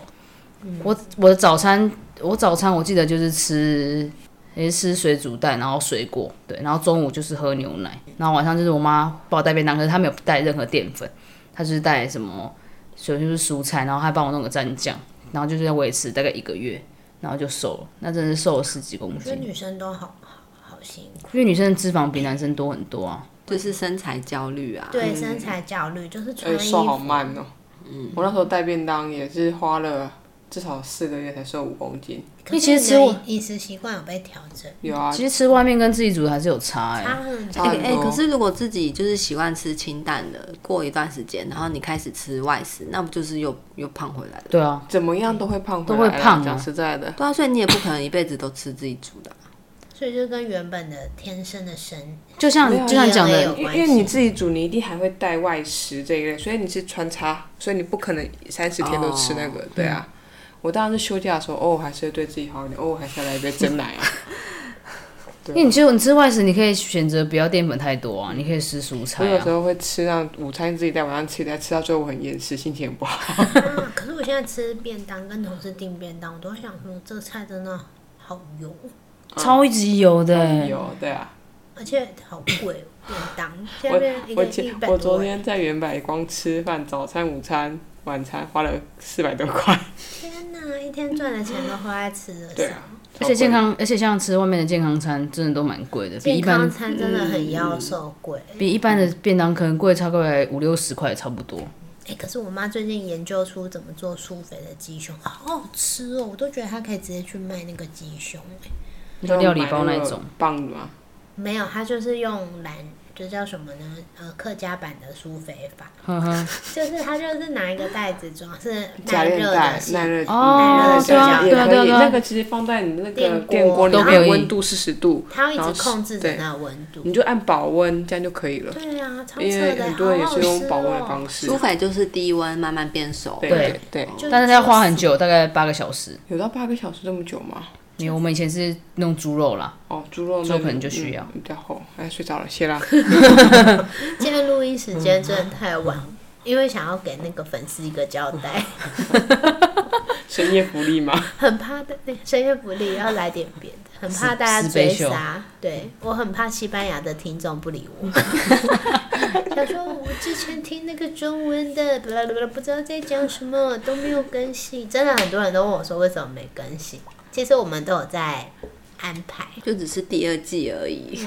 [SPEAKER 3] 嗯
[SPEAKER 2] 我我的早餐我早餐我记得就是吃也是吃水煮蛋，然后水果，对，然后中午就是喝牛奶，然后晚上就是我妈帮我带便当，可是她没有带任何淀粉，她就是带什么首先就是蔬菜，然后还帮我弄个蘸酱，然后就是要维持大概一个月，然后就瘦了，那真的是瘦了十几公
[SPEAKER 3] 我觉得
[SPEAKER 2] 斤，
[SPEAKER 3] 女生都好好好辛苦，
[SPEAKER 2] 因为女生的脂肪比男生多很多啊。
[SPEAKER 1] 就是身材焦虑啊。
[SPEAKER 3] 对身材焦虑，就是穿
[SPEAKER 5] 而
[SPEAKER 3] 衣
[SPEAKER 5] 且哎瘦好
[SPEAKER 3] 服。
[SPEAKER 5] 慢哦。
[SPEAKER 1] 嗯
[SPEAKER 5] 我那时候带便当也是花了至少四个月才瘦五公斤，
[SPEAKER 3] 可
[SPEAKER 2] 其实
[SPEAKER 3] 是你
[SPEAKER 2] 吃我
[SPEAKER 3] 的饮食习惯有被调整，
[SPEAKER 5] 有啊，
[SPEAKER 2] 其实吃外面跟自己煮的还是有差哎、
[SPEAKER 3] 差很
[SPEAKER 5] 差
[SPEAKER 3] 多。
[SPEAKER 1] 哎、
[SPEAKER 5] 很
[SPEAKER 1] 哎
[SPEAKER 5] 多
[SPEAKER 1] 可是如果自己就是喜欢吃清淡的，过一段时间，然后你开始吃外食，那不就是又又胖回来了？
[SPEAKER 2] 对啊，
[SPEAKER 5] 怎么样都会胖回来
[SPEAKER 2] 都
[SPEAKER 5] 啦，
[SPEAKER 2] 会胖啊
[SPEAKER 5] 讲实在的，
[SPEAKER 1] 对啊，所以你也不可能一辈子都吃自己煮的啊。
[SPEAKER 3] 所以就跟原本的天生的身，
[SPEAKER 2] 就像
[SPEAKER 3] 啊
[SPEAKER 5] 没有
[SPEAKER 2] 就像讲
[SPEAKER 3] 没
[SPEAKER 2] 的
[SPEAKER 3] 有，
[SPEAKER 5] 因为
[SPEAKER 3] 关
[SPEAKER 5] 因为
[SPEAKER 3] 系
[SPEAKER 5] 你自己煮，你一定还会带外食这一类，所以你是穿插，所以你不可能三十天都吃那
[SPEAKER 2] 哦
[SPEAKER 5] 个，对啊。我当然是休假的时候，哦，我还是会对自己好一点，哦，我还是要来一杯真奶 啊。对啊
[SPEAKER 2] 因为你就你吃外食，你可以选择不要淀粉太多啊，你可以吃蔬
[SPEAKER 5] 我
[SPEAKER 2] 菜
[SPEAKER 5] 有
[SPEAKER 2] 啊
[SPEAKER 5] 时。候会吃让午餐自己带，晚上吃一带，吃到最后我很厌食，心情很不好。
[SPEAKER 3] 啊可是我现在吃便当，跟同事订便当，我都想说这个菜真的好油，
[SPEAKER 2] 啊超级油的欸、
[SPEAKER 5] 有，对啊。
[SPEAKER 3] 而且好贵哦，便 当现在变成一
[SPEAKER 5] 我
[SPEAKER 3] 个
[SPEAKER 5] 我
[SPEAKER 3] 一
[SPEAKER 5] 前
[SPEAKER 3] 百
[SPEAKER 5] 我
[SPEAKER 3] 多
[SPEAKER 5] 昨
[SPEAKER 2] 哎
[SPEAKER 3] 欸，
[SPEAKER 5] 天在原百光吃饭，早餐、午餐、晚餐花了四百多块。
[SPEAKER 3] 天哪，一天赚的钱都花在吃的
[SPEAKER 5] 对
[SPEAKER 3] 上
[SPEAKER 5] 啊。，
[SPEAKER 2] 而且健康，而且像吃外面的健康餐，真的都蛮贵的，比一
[SPEAKER 3] 健康
[SPEAKER 2] 般
[SPEAKER 3] 餐真的很要受贵。哎、
[SPEAKER 2] 比一般的便当可能贵超过来五六十块差不多。
[SPEAKER 3] 哎可是我妈最近研究出怎么做酥肥的鸡胸，好好吃哦！我都觉得她可以直接去卖那个鸡胸、哎
[SPEAKER 2] 就料理包那一
[SPEAKER 5] 一
[SPEAKER 2] 种，
[SPEAKER 5] 棒的嘛，
[SPEAKER 3] 没有，她就是用蓝，就叫什么呢？呃，客家版的酥肥法，
[SPEAKER 2] 呵呵。
[SPEAKER 3] 就是她就是拿一个袋子装，是
[SPEAKER 5] 加
[SPEAKER 3] 耐
[SPEAKER 5] 热
[SPEAKER 3] 热
[SPEAKER 5] 带
[SPEAKER 3] 的是，
[SPEAKER 5] 耐热
[SPEAKER 2] 哦
[SPEAKER 5] 耐热
[SPEAKER 3] 对啊
[SPEAKER 5] 也
[SPEAKER 2] 对啊对啊
[SPEAKER 5] 可以。
[SPEAKER 2] 对啊
[SPEAKER 5] 那个其实放在你那个
[SPEAKER 3] 电锅
[SPEAKER 5] 电锅里
[SPEAKER 2] 都可
[SPEAKER 5] 面，
[SPEAKER 2] 以
[SPEAKER 5] 温度四十度，
[SPEAKER 3] 她
[SPEAKER 5] 然
[SPEAKER 3] 要
[SPEAKER 5] 后
[SPEAKER 3] 一直控制着
[SPEAKER 5] 对，
[SPEAKER 3] 那个温度。
[SPEAKER 5] 你就按保温这样就可以了。
[SPEAKER 3] 对啊，超
[SPEAKER 5] 因
[SPEAKER 3] 扯
[SPEAKER 5] 为
[SPEAKER 3] 的，
[SPEAKER 5] 很多人也
[SPEAKER 3] 好好
[SPEAKER 5] 是
[SPEAKER 3] 吃
[SPEAKER 5] 用
[SPEAKER 3] 哦
[SPEAKER 5] 保温的方式
[SPEAKER 1] 苏，菲就是低温慢慢变熟，
[SPEAKER 5] 对
[SPEAKER 2] 对
[SPEAKER 5] 对，
[SPEAKER 3] 就
[SPEAKER 2] 但是要花很久，大概八个小时。
[SPEAKER 5] 有到八个小时这么久吗？
[SPEAKER 2] 没有，我们以前是弄猪肉啦，
[SPEAKER 5] 哦，猪肉
[SPEAKER 2] 猪
[SPEAKER 5] 那
[SPEAKER 2] 肉可能就需要
[SPEAKER 5] 嗯比较厚。哎，睡着了，谢啦。
[SPEAKER 3] 今天录音时间真的太晚，因为想要给那个粉丝一个交
[SPEAKER 5] 嗯
[SPEAKER 3] 代。
[SPEAKER 5] 深夜福利吗？
[SPEAKER 3] 很怕的，那个深夜福利要来点别的，很怕大家
[SPEAKER 2] 死死背
[SPEAKER 3] 追
[SPEAKER 2] 秀
[SPEAKER 3] 杀。对我很怕西班牙的听众不理我，想说我之前听那个中文的，不不知道在讲什么，都没有更新。真的很多人都问我说为什么没更新，其实我们都有在安排
[SPEAKER 1] 就只是第二季而已。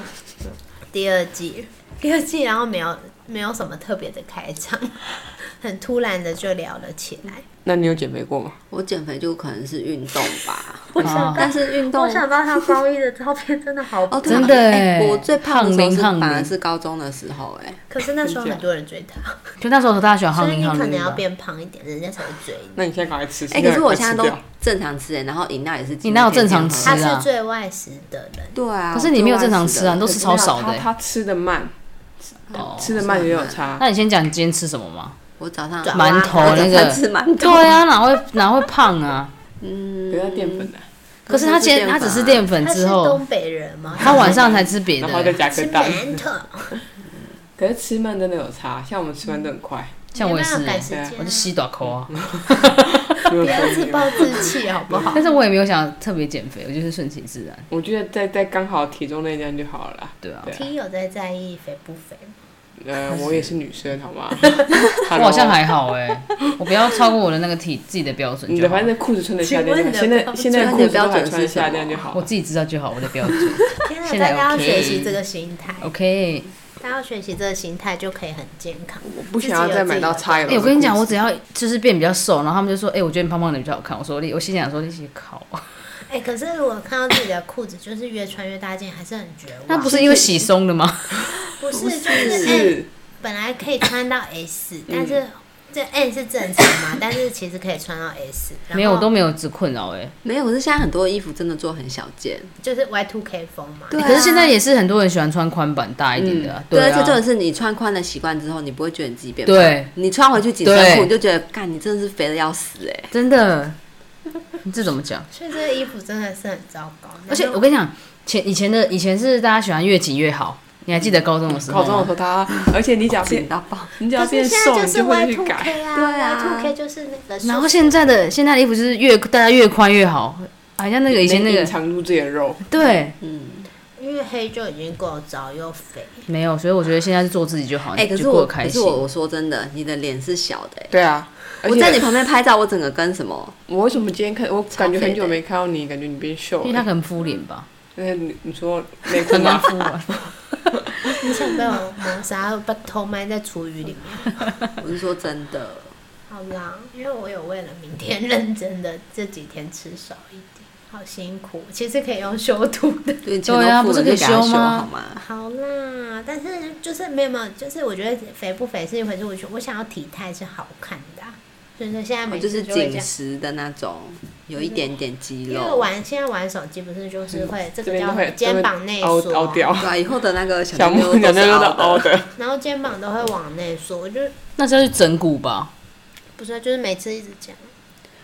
[SPEAKER 3] 第二季，第二季然后没有没有什么特别的开场， 很突然的就聊了起来。
[SPEAKER 5] 那你有减肥过吗？
[SPEAKER 1] 我减肥就可能是运动吧，
[SPEAKER 2] 啊，
[SPEAKER 1] 但是运动
[SPEAKER 3] 到他高一的照片，真的好
[SPEAKER 1] 哦，对
[SPEAKER 2] 真的
[SPEAKER 1] 哎
[SPEAKER 2] 耶
[SPEAKER 1] 我最胖的时候是
[SPEAKER 2] 胖龄胖龄
[SPEAKER 1] 反而是高中的时候，哎，
[SPEAKER 3] 可是那时候很多人追他。
[SPEAKER 2] 就那时候大家喜欢
[SPEAKER 3] 所
[SPEAKER 2] 夯
[SPEAKER 3] 以
[SPEAKER 2] 零
[SPEAKER 3] 你
[SPEAKER 2] 夯
[SPEAKER 3] 可能
[SPEAKER 2] 零
[SPEAKER 3] 要
[SPEAKER 2] 吧。
[SPEAKER 3] 变胖一点，人家才会追你。
[SPEAKER 5] 那你现在赶快吃。
[SPEAKER 1] 哎，可是我现在
[SPEAKER 5] 吃
[SPEAKER 1] 都
[SPEAKER 5] 掉
[SPEAKER 1] 正常吃，哎，然后饮料也是几乎
[SPEAKER 2] 你哪有
[SPEAKER 1] 天天
[SPEAKER 2] 正常
[SPEAKER 1] 喝
[SPEAKER 2] 吃
[SPEAKER 3] 他
[SPEAKER 2] 啊
[SPEAKER 3] 是最外食的人，
[SPEAKER 1] 对啊，
[SPEAKER 2] 可是你没有正常吃啊，
[SPEAKER 1] 我就
[SPEAKER 2] 你都
[SPEAKER 1] 外食
[SPEAKER 2] 吃超少的
[SPEAKER 5] 没有
[SPEAKER 2] 欸。
[SPEAKER 5] 他他吃的慢，
[SPEAKER 2] 哦
[SPEAKER 5] 吃的慢也有差。
[SPEAKER 2] 那你先讲你今天吃什么嘛？
[SPEAKER 1] 的我早上
[SPEAKER 3] 转
[SPEAKER 1] 我
[SPEAKER 2] 馒头
[SPEAKER 1] 早
[SPEAKER 2] 哦那
[SPEAKER 1] 上 吃
[SPEAKER 2] 个。
[SPEAKER 1] 馒头，
[SPEAKER 2] 对啊，哪会哪会胖啊？
[SPEAKER 1] 嗯
[SPEAKER 5] 不要淀粉的，
[SPEAKER 2] 可是他今天他只
[SPEAKER 1] 啊
[SPEAKER 2] 吃淀粉
[SPEAKER 3] 他是
[SPEAKER 2] 之后
[SPEAKER 3] 东，北人吗？
[SPEAKER 2] 他晚上才吃别的
[SPEAKER 5] 然后再
[SPEAKER 2] 欸。
[SPEAKER 5] 加
[SPEAKER 3] 吃
[SPEAKER 5] 个蛋。
[SPEAKER 3] 馒头，
[SPEAKER 5] 可是吃慢真的有差，像我们吃慢都很快，
[SPEAKER 2] 像我也是
[SPEAKER 3] 没办法赶时
[SPEAKER 2] 欸，
[SPEAKER 3] 间啊
[SPEAKER 2] 我就吸短口啊。
[SPEAKER 5] 没有
[SPEAKER 3] 不要自
[SPEAKER 5] 分别
[SPEAKER 3] 暴自弃好不好？
[SPEAKER 2] 但是我也没有想特别减肥，我就是顺其自然，
[SPEAKER 5] 我觉得在在刚好体重内这样就好了啦。
[SPEAKER 2] 对啊。
[SPEAKER 5] 对
[SPEAKER 3] 听有在在意肥不肥吗？
[SPEAKER 5] 呃，我也是女生，好吗？
[SPEAKER 2] 我好像还好哎、我不要超过我的那个体自己的标准
[SPEAKER 5] 你
[SPEAKER 2] 就
[SPEAKER 5] 的
[SPEAKER 2] 好
[SPEAKER 5] 反。正裤子穿得下这
[SPEAKER 3] 请问
[SPEAKER 5] 样
[SPEAKER 3] 你
[SPEAKER 5] 就
[SPEAKER 3] 的
[SPEAKER 5] 好，现在
[SPEAKER 3] 标
[SPEAKER 5] 现在
[SPEAKER 1] 请问
[SPEAKER 5] 裤
[SPEAKER 1] 你
[SPEAKER 5] 子
[SPEAKER 1] 的
[SPEAKER 5] 都
[SPEAKER 1] 标
[SPEAKER 5] 还
[SPEAKER 1] 准
[SPEAKER 5] 穿
[SPEAKER 1] 是
[SPEAKER 5] 得
[SPEAKER 1] 什
[SPEAKER 5] 下这
[SPEAKER 1] 么
[SPEAKER 5] 样就好
[SPEAKER 2] 我。自己知道就好，我的标准。
[SPEAKER 3] 天啊，
[SPEAKER 2] 现在
[SPEAKER 3] 大家要
[SPEAKER 2] OK
[SPEAKER 3] 学习这个心态，
[SPEAKER 2] OK，
[SPEAKER 3] 大家要学习这个心态就可以很健康。
[SPEAKER 5] 我不想要再买到差
[SPEAKER 2] 哎、
[SPEAKER 5] 一
[SPEAKER 2] 我跟你讲，我只要就是变比较瘦，然后他们就说，哎、我觉得你胖胖的比较好看。我说，我心想说，那些靠，
[SPEAKER 3] 哎，可是如果看到自己的裤子就是越穿越大件，还是很绝望。
[SPEAKER 2] 那不是因为洗松了吗？
[SPEAKER 3] 不是就是哎
[SPEAKER 5] 是
[SPEAKER 3] 本来可以穿到 S，但是这 M 是正常嘛？但是其实可以穿到 S，然后
[SPEAKER 2] 没有，我都没有只困扰哎、
[SPEAKER 1] 没有，可是现在很多衣服真的做很小件，
[SPEAKER 3] 就是 Y two K 风嘛。
[SPEAKER 1] 对啊
[SPEAKER 2] 哎可是现在也是很多人喜欢穿宽版大一点的、啊
[SPEAKER 1] 对，而
[SPEAKER 2] 对
[SPEAKER 1] 且重
[SPEAKER 2] 啊
[SPEAKER 1] 点，是你穿宽的习惯之后，你不会觉得你自己变胖。
[SPEAKER 2] 对，
[SPEAKER 1] 你穿回去紧身裤，
[SPEAKER 2] 对
[SPEAKER 1] 你就觉得，干，你真的是肥的要死哎、
[SPEAKER 2] 真的，你这怎么讲？
[SPEAKER 3] 所以这个衣服真的是很糟糕。
[SPEAKER 2] 而且我跟你讲，前以前的以前是大家喜欢越紧越好，你还记得高中的时候
[SPEAKER 5] 考中的
[SPEAKER 2] 吗
[SPEAKER 5] 时？候他，而且你只要变
[SPEAKER 1] 紧到爆。
[SPEAKER 5] 你只要
[SPEAKER 3] 可
[SPEAKER 5] 变
[SPEAKER 3] 是现在
[SPEAKER 5] 瘦，
[SPEAKER 3] 就
[SPEAKER 5] 你
[SPEAKER 3] 是
[SPEAKER 5] 就
[SPEAKER 3] Y
[SPEAKER 5] 会去
[SPEAKER 3] two
[SPEAKER 5] 改。
[SPEAKER 3] K 啊
[SPEAKER 1] 对啊
[SPEAKER 3] y two K 就是那个舒服。
[SPEAKER 2] 然后现在的现在的衣服就是越大家越宽越好，好像那个以前那
[SPEAKER 5] 隐
[SPEAKER 2] 个
[SPEAKER 5] 藏住自己的肉，
[SPEAKER 2] 对
[SPEAKER 3] 因为黑就已经够糟又肥，
[SPEAKER 2] 没有，所以我觉得现在是做自己就好，
[SPEAKER 1] 哎、可
[SPEAKER 2] 你
[SPEAKER 1] 是
[SPEAKER 2] 就过
[SPEAKER 1] 我，
[SPEAKER 2] 得开
[SPEAKER 1] 可是
[SPEAKER 2] 心。
[SPEAKER 1] 我，我说真的，你的脸是小的、哎
[SPEAKER 5] 对啊。而
[SPEAKER 1] 我在你
[SPEAKER 5] 且
[SPEAKER 1] 旁边拍照，我整个跟什么？
[SPEAKER 5] 我为什么今天看？我感觉
[SPEAKER 1] 超肥
[SPEAKER 5] 很久
[SPEAKER 1] 的
[SPEAKER 5] 没看到你，感觉你变瘦
[SPEAKER 2] 因为他
[SPEAKER 5] 了。
[SPEAKER 2] 可能敷脸吧，
[SPEAKER 5] 那你你说内裤
[SPEAKER 2] 可能
[SPEAKER 5] 吗？
[SPEAKER 2] 敷了。
[SPEAKER 3] 你想被我谋杀，被偷埋在厨余里面。
[SPEAKER 1] 我是说真的，
[SPEAKER 3] 好啦，因为我有为了明天认真的这几天吃少一点，好辛苦。其实可以用修图的。
[SPEAKER 1] 对，钱
[SPEAKER 2] 对啊
[SPEAKER 1] 都付
[SPEAKER 2] 不是
[SPEAKER 1] 了，就
[SPEAKER 2] 可以
[SPEAKER 1] 给他
[SPEAKER 2] 修
[SPEAKER 1] 修
[SPEAKER 2] 吗
[SPEAKER 1] 好吗？
[SPEAKER 3] 好啦，但是就是没有没有，就是我觉得肥不肥是一回事，我觉得我想要体态是好看的、啊，所以说现在
[SPEAKER 1] 我
[SPEAKER 3] 每
[SPEAKER 1] 哦就
[SPEAKER 3] 次
[SPEAKER 1] 是
[SPEAKER 3] 就会这
[SPEAKER 1] 紧
[SPEAKER 3] 样。
[SPEAKER 1] 实的那种，有一点点肌
[SPEAKER 3] 因
[SPEAKER 1] 肉。
[SPEAKER 3] 为玩现在玩手机不是就是会、 这
[SPEAKER 5] 这
[SPEAKER 3] 个
[SPEAKER 5] 边都
[SPEAKER 3] 叫什么
[SPEAKER 5] 会
[SPEAKER 3] 肩膀内
[SPEAKER 5] 凹
[SPEAKER 3] 缩
[SPEAKER 5] 凹
[SPEAKER 3] 啊，
[SPEAKER 5] 掉，
[SPEAKER 1] 对啊，以后的那个 小
[SPEAKER 5] 小
[SPEAKER 1] 妞
[SPEAKER 5] 木娘
[SPEAKER 1] 都是
[SPEAKER 5] 娘都
[SPEAKER 1] 凹
[SPEAKER 5] 凹
[SPEAKER 2] 哦
[SPEAKER 1] 的。
[SPEAKER 5] 的，
[SPEAKER 3] 然后肩膀都会往内缩，我就
[SPEAKER 2] 那是要去整骨吧？
[SPEAKER 3] 不是就是每次一直讲，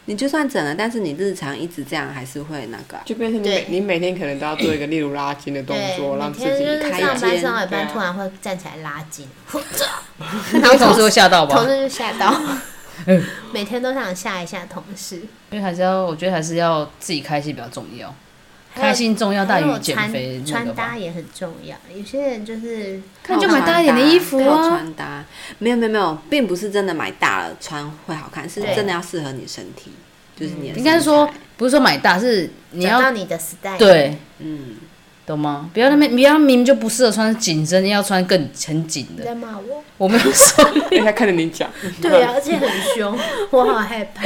[SPEAKER 1] 你就算整了，但是你日常一直这样，还是会那个啊、
[SPEAKER 5] 就变成你
[SPEAKER 3] 对
[SPEAKER 5] 每你每天可能都要做一个例如拉筋的动
[SPEAKER 3] 对，
[SPEAKER 5] 作，
[SPEAKER 3] 每
[SPEAKER 5] 让自
[SPEAKER 3] 天就
[SPEAKER 5] 己
[SPEAKER 3] 是
[SPEAKER 1] 开
[SPEAKER 3] 上班
[SPEAKER 1] 肩
[SPEAKER 3] 上了
[SPEAKER 5] 对
[SPEAKER 3] 班
[SPEAKER 5] 啊
[SPEAKER 3] 突然会站起来拉筋，
[SPEAKER 2] 那同事会吓到吧
[SPEAKER 3] 同？事就吓到，
[SPEAKER 2] 嗯
[SPEAKER 3] 每天都想吓一吓同事。
[SPEAKER 2] 因为还是要，我觉得还是要自己开心比较重要，
[SPEAKER 3] 还有
[SPEAKER 2] 开心重要大
[SPEAKER 3] 还有
[SPEAKER 2] 于减肥那
[SPEAKER 3] 穿
[SPEAKER 2] 个
[SPEAKER 3] 穿
[SPEAKER 2] 吧
[SPEAKER 3] 搭。也很重要，有些人就是
[SPEAKER 2] 那就买大一点的衣服
[SPEAKER 1] 靠
[SPEAKER 2] 啊。
[SPEAKER 1] 穿搭没有没有没有，并不是真的买大了穿会好看，是
[SPEAKER 3] 对
[SPEAKER 1] 真的要适合你身体，就是你的身材
[SPEAKER 2] 嗯应该是说，不是说买大，是你
[SPEAKER 3] 找到
[SPEAKER 2] 要
[SPEAKER 3] 你的 style。，
[SPEAKER 2] 对，
[SPEAKER 1] 嗯，
[SPEAKER 2] 懂吗？不要那边，不要明明就不适合穿紧身，要穿更很紧
[SPEAKER 3] 你
[SPEAKER 2] 的。
[SPEAKER 3] 在骂 我？
[SPEAKER 2] 我没有说，
[SPEAKER 5] 人哎家看着你讲，
[SPEAKER 3] 对啊，而且很凶，我好害怕。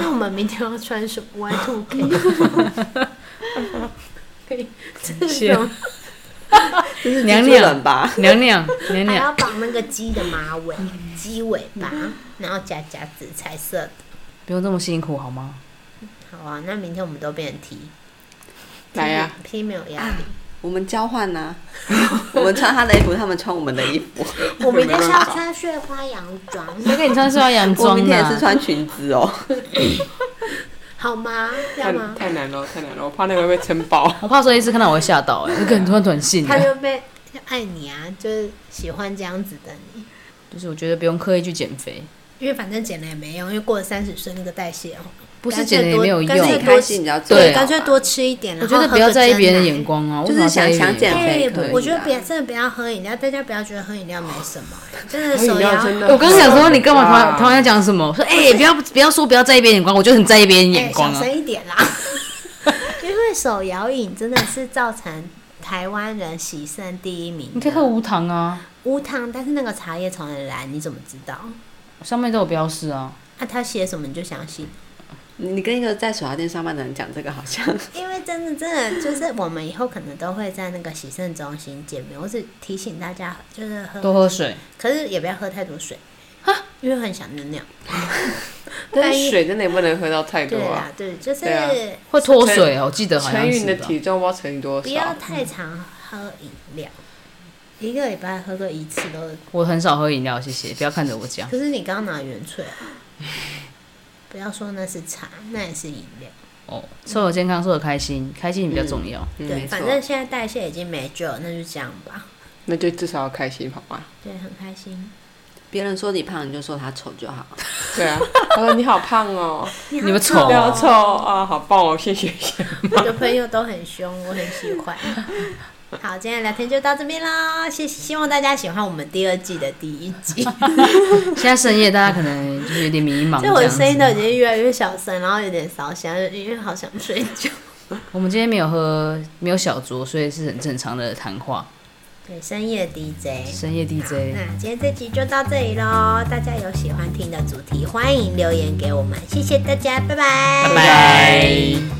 [SPEAKER 3] 那我们明天要穿什么 Y two K？可以，这是
[SPEAKER 2] 谢
[SPEAKER 3] 什么
[SPEAKER 1] 这是
[SPEAKER 2] 娘
[SPEAKER 1] 蜘蛛
[SPEAKER 2] 娘
[SPEAKER 1] 人吧？
[SPEAKER 2] 娘娘娘
[SPEAKER 3] 还
[SPEAKER 2] 娘，
[SPEAKER 3] 要绑那个鸡的马尾、鸡尾巴，然后夹夹子，彩色的。
[SPEAKER 2] 不用这么辛苦好吗？
[SPEAKER 3] 好啊，那明天我们都变成 T。
[SPEAKER 5] 来呀，
[SPEAKER 3] T 没有压力，
[SPEAKER 1] 我们交换呐、 我们穿他的衣服，他们穿我们的衣服。
[SPEAKER 3] 我明天是
[SPEAKER 5] 没
[SPEAKER 3] 要
[SPEAKER 5] 办法
[SPEAKER 3] 穿碎花洋装，
[SPEAKER 2] 谁给你穿是要洋
[SPEAKER 1] 我
[SPEAKER 2] 装
[SPEAKER 1] 明
[SPEAKER 2] 的
[SPEAKER 1] 天也是
[SPEAKER 2] 啊，
[SPEAKER 1] 穿裙子哦。
[SPEAKER 3] 好吗？要
[SPEAKER 5] 太
[SPEAKER 3] 吗？
[SPEAKER 5] 太难了，太难了，我怕那个会被撑 爆。
[SPEAKER 2] 我怕说一次看到我会吓到，哎，那个人突然短信，
[SPEAKER 3] 他就 被就爱你啊，就是喜欢这样子的你，
[SPEAKER 2] 就是我觉得不用刻意去减肥，
[SPEAKER 3] 因为反正减了也没用，因为过了三十岁那个代谢哦，
[SPEAKER 2] 不是减了也没有
[SPEAKER 3] 干脆
[SPEAKER 1] 自
[SPEAKER 3] 多
[SPEAKER 1] 己
[SPEAKER 2] 用
[SPEAKER 3] 干。脆
[SPEAKER 1] 开心，你要
[SPEAKER 2] 对啊
[SPEAKER 3] 干脆多吃一点。
[SPEAKER 2] 我觉得不要在意别人的眼光啊，
[SPEAKER 1] 就是
[SPEAKER 2] 为什么要在意
[SPEAKER 1] 想想
[SPEAKER 2] 别人
[SPEAKER 1] 减肥
[SPEAKER 3] 哎
[SPEAKER 1] 可以，啊
[SPEAKER 3] 我觉得别真的不要喝饮料，大家不要觉得喝饮料没什么，真的
[SPEAKER 5] 喝饮
[SPEAKER 3] 手
[SPEAKER 5] 料
[SPEAKER 3] 摇
[SPEAKER 5] 哎真的，
[SPEAKER 2] 我刚刚想说，你干嘛突
[SPEAKER 5] 啊
[SPEAKER 2] 然突然要讲什么？我说哎、不要不要说不要在意别人眼光，我就很在意别人眼光啊
[SPEAKER 3] 哎小。声一点 啦。因为手摇饮真的是造成台湾人喜胜第一名的。
[SPEAKER 2] 你可以喝无糖啊，
[SPEAKER 3] 无糖，但是那个茶叶从哪里来？你怎么知道？
[SPEAKER 2] 上面都有标示啊。
[SPEAKER 3] 啊，他写什么你就相信。
[SPEAKER 1] 你你跟一个在手摇店上班的人讲这个，好像
[SPEAKER 3] 因为真的真的就是我们以后可能都会在那个洗肾中心见面，我只提醒大家就是
[SPEAKER 1] 嗯
[SPEAKER 3] 喝，
[SPEAKER 2] 多喝水，
[SPEAKER 3] 可是也不要喝太多水，因为很想尿尿。
[SPEAKER 5] 但 是水真的也不能喝到太多
[SPEAKER 3] 对
[SPEAKER 5] 啊
[SPEAKER 3] 啦，，对，就是
[SPEAKER 5] 对啊
[SPEAKER 2] 会脱水哦，我记得好
[SPEAKER 5] 乘
[SPEAKER 2] 像
[SPEAKER 5] 以你
[SPEAKER 2] 是
[SPEAKER 5] 的
[SPEAKER 2] 吧。
[SPEAKER 5] 体重，不知道乘以多
[SPEAKER 3] 啊不要
[SPEAKER 5] 少。
[SPEAKER 3] 太常喝饮料，一个礼拜喝个一次都。
[SPEAKER 5] 嗯
[SPEAKER 2] 我很少喝饮料，谢谢，不要看着我讲。
[SPEAKER 3] 可是你刚刚拿原萃啊， 不要说那是茶，那也是饮料。
[SPEAKER 2] 哦，瘦的健康，瘦的开心，开心比较重要。
[SPEAKER 1] 嗯
[SPEAKER 3] 对，
[SPEAKER 1] 没错
[SPEAKER 3] 反正现在代谢已经没救了，那就这样吧。
[SPEAKER 5] 那就至少要开心好 吗？
[SPEAKER 3] 对，很开心。
[SPEAKER 1] 别人说你胖，你就说他丑就好。
[SPEAKER 5] 对啊，他说你好胖哦，
[SPEAKER 3] 嗯你
[SPEAKER 2] 你们
[SPEAKER 3] 好
[SPEAKER 2] 丑
[SPEAKER 5] 不要
[SPEAKER 2] 哦
[SPEAKER 5] 臭啊，好棒哦，谢谢谢谢。
[SPEAKER 3] 我的朋友都很凶，我很喜欢。 好，今天的聊天就到这边啦，谢希望大家喜欢我们第二季的第一 集。
[SPEAKER 2] 现在深夜，大家可能就是有点迷茫。
[SPEAKER 3] 就我的声
[SPEAKER 2] 这
[SPEAKER 3] 音都
[SPEAKER 2] 样
[SPEAKER 3] 已
[SPEAKER 2] 子
[SPEAKER 3] 经越来越小声，然后有点烧香，因为好想睡觉。
[SPEAKER 2] 我们今天没有喝，没有小酌，所以是很正常的谈话。
[SPEAKER 3] 对，深夜 DJ。
[SPEAKER 2] 深夜
[SPEAKER 3] 好
[SPEAKER 2] DJ，
[SPEAKER 3] 那今天这集就到这里喽，大家有喜欢听的主题，欢迎留言给我们，谢谢大家，拜拜
[SPEAKER 2] 拜拜。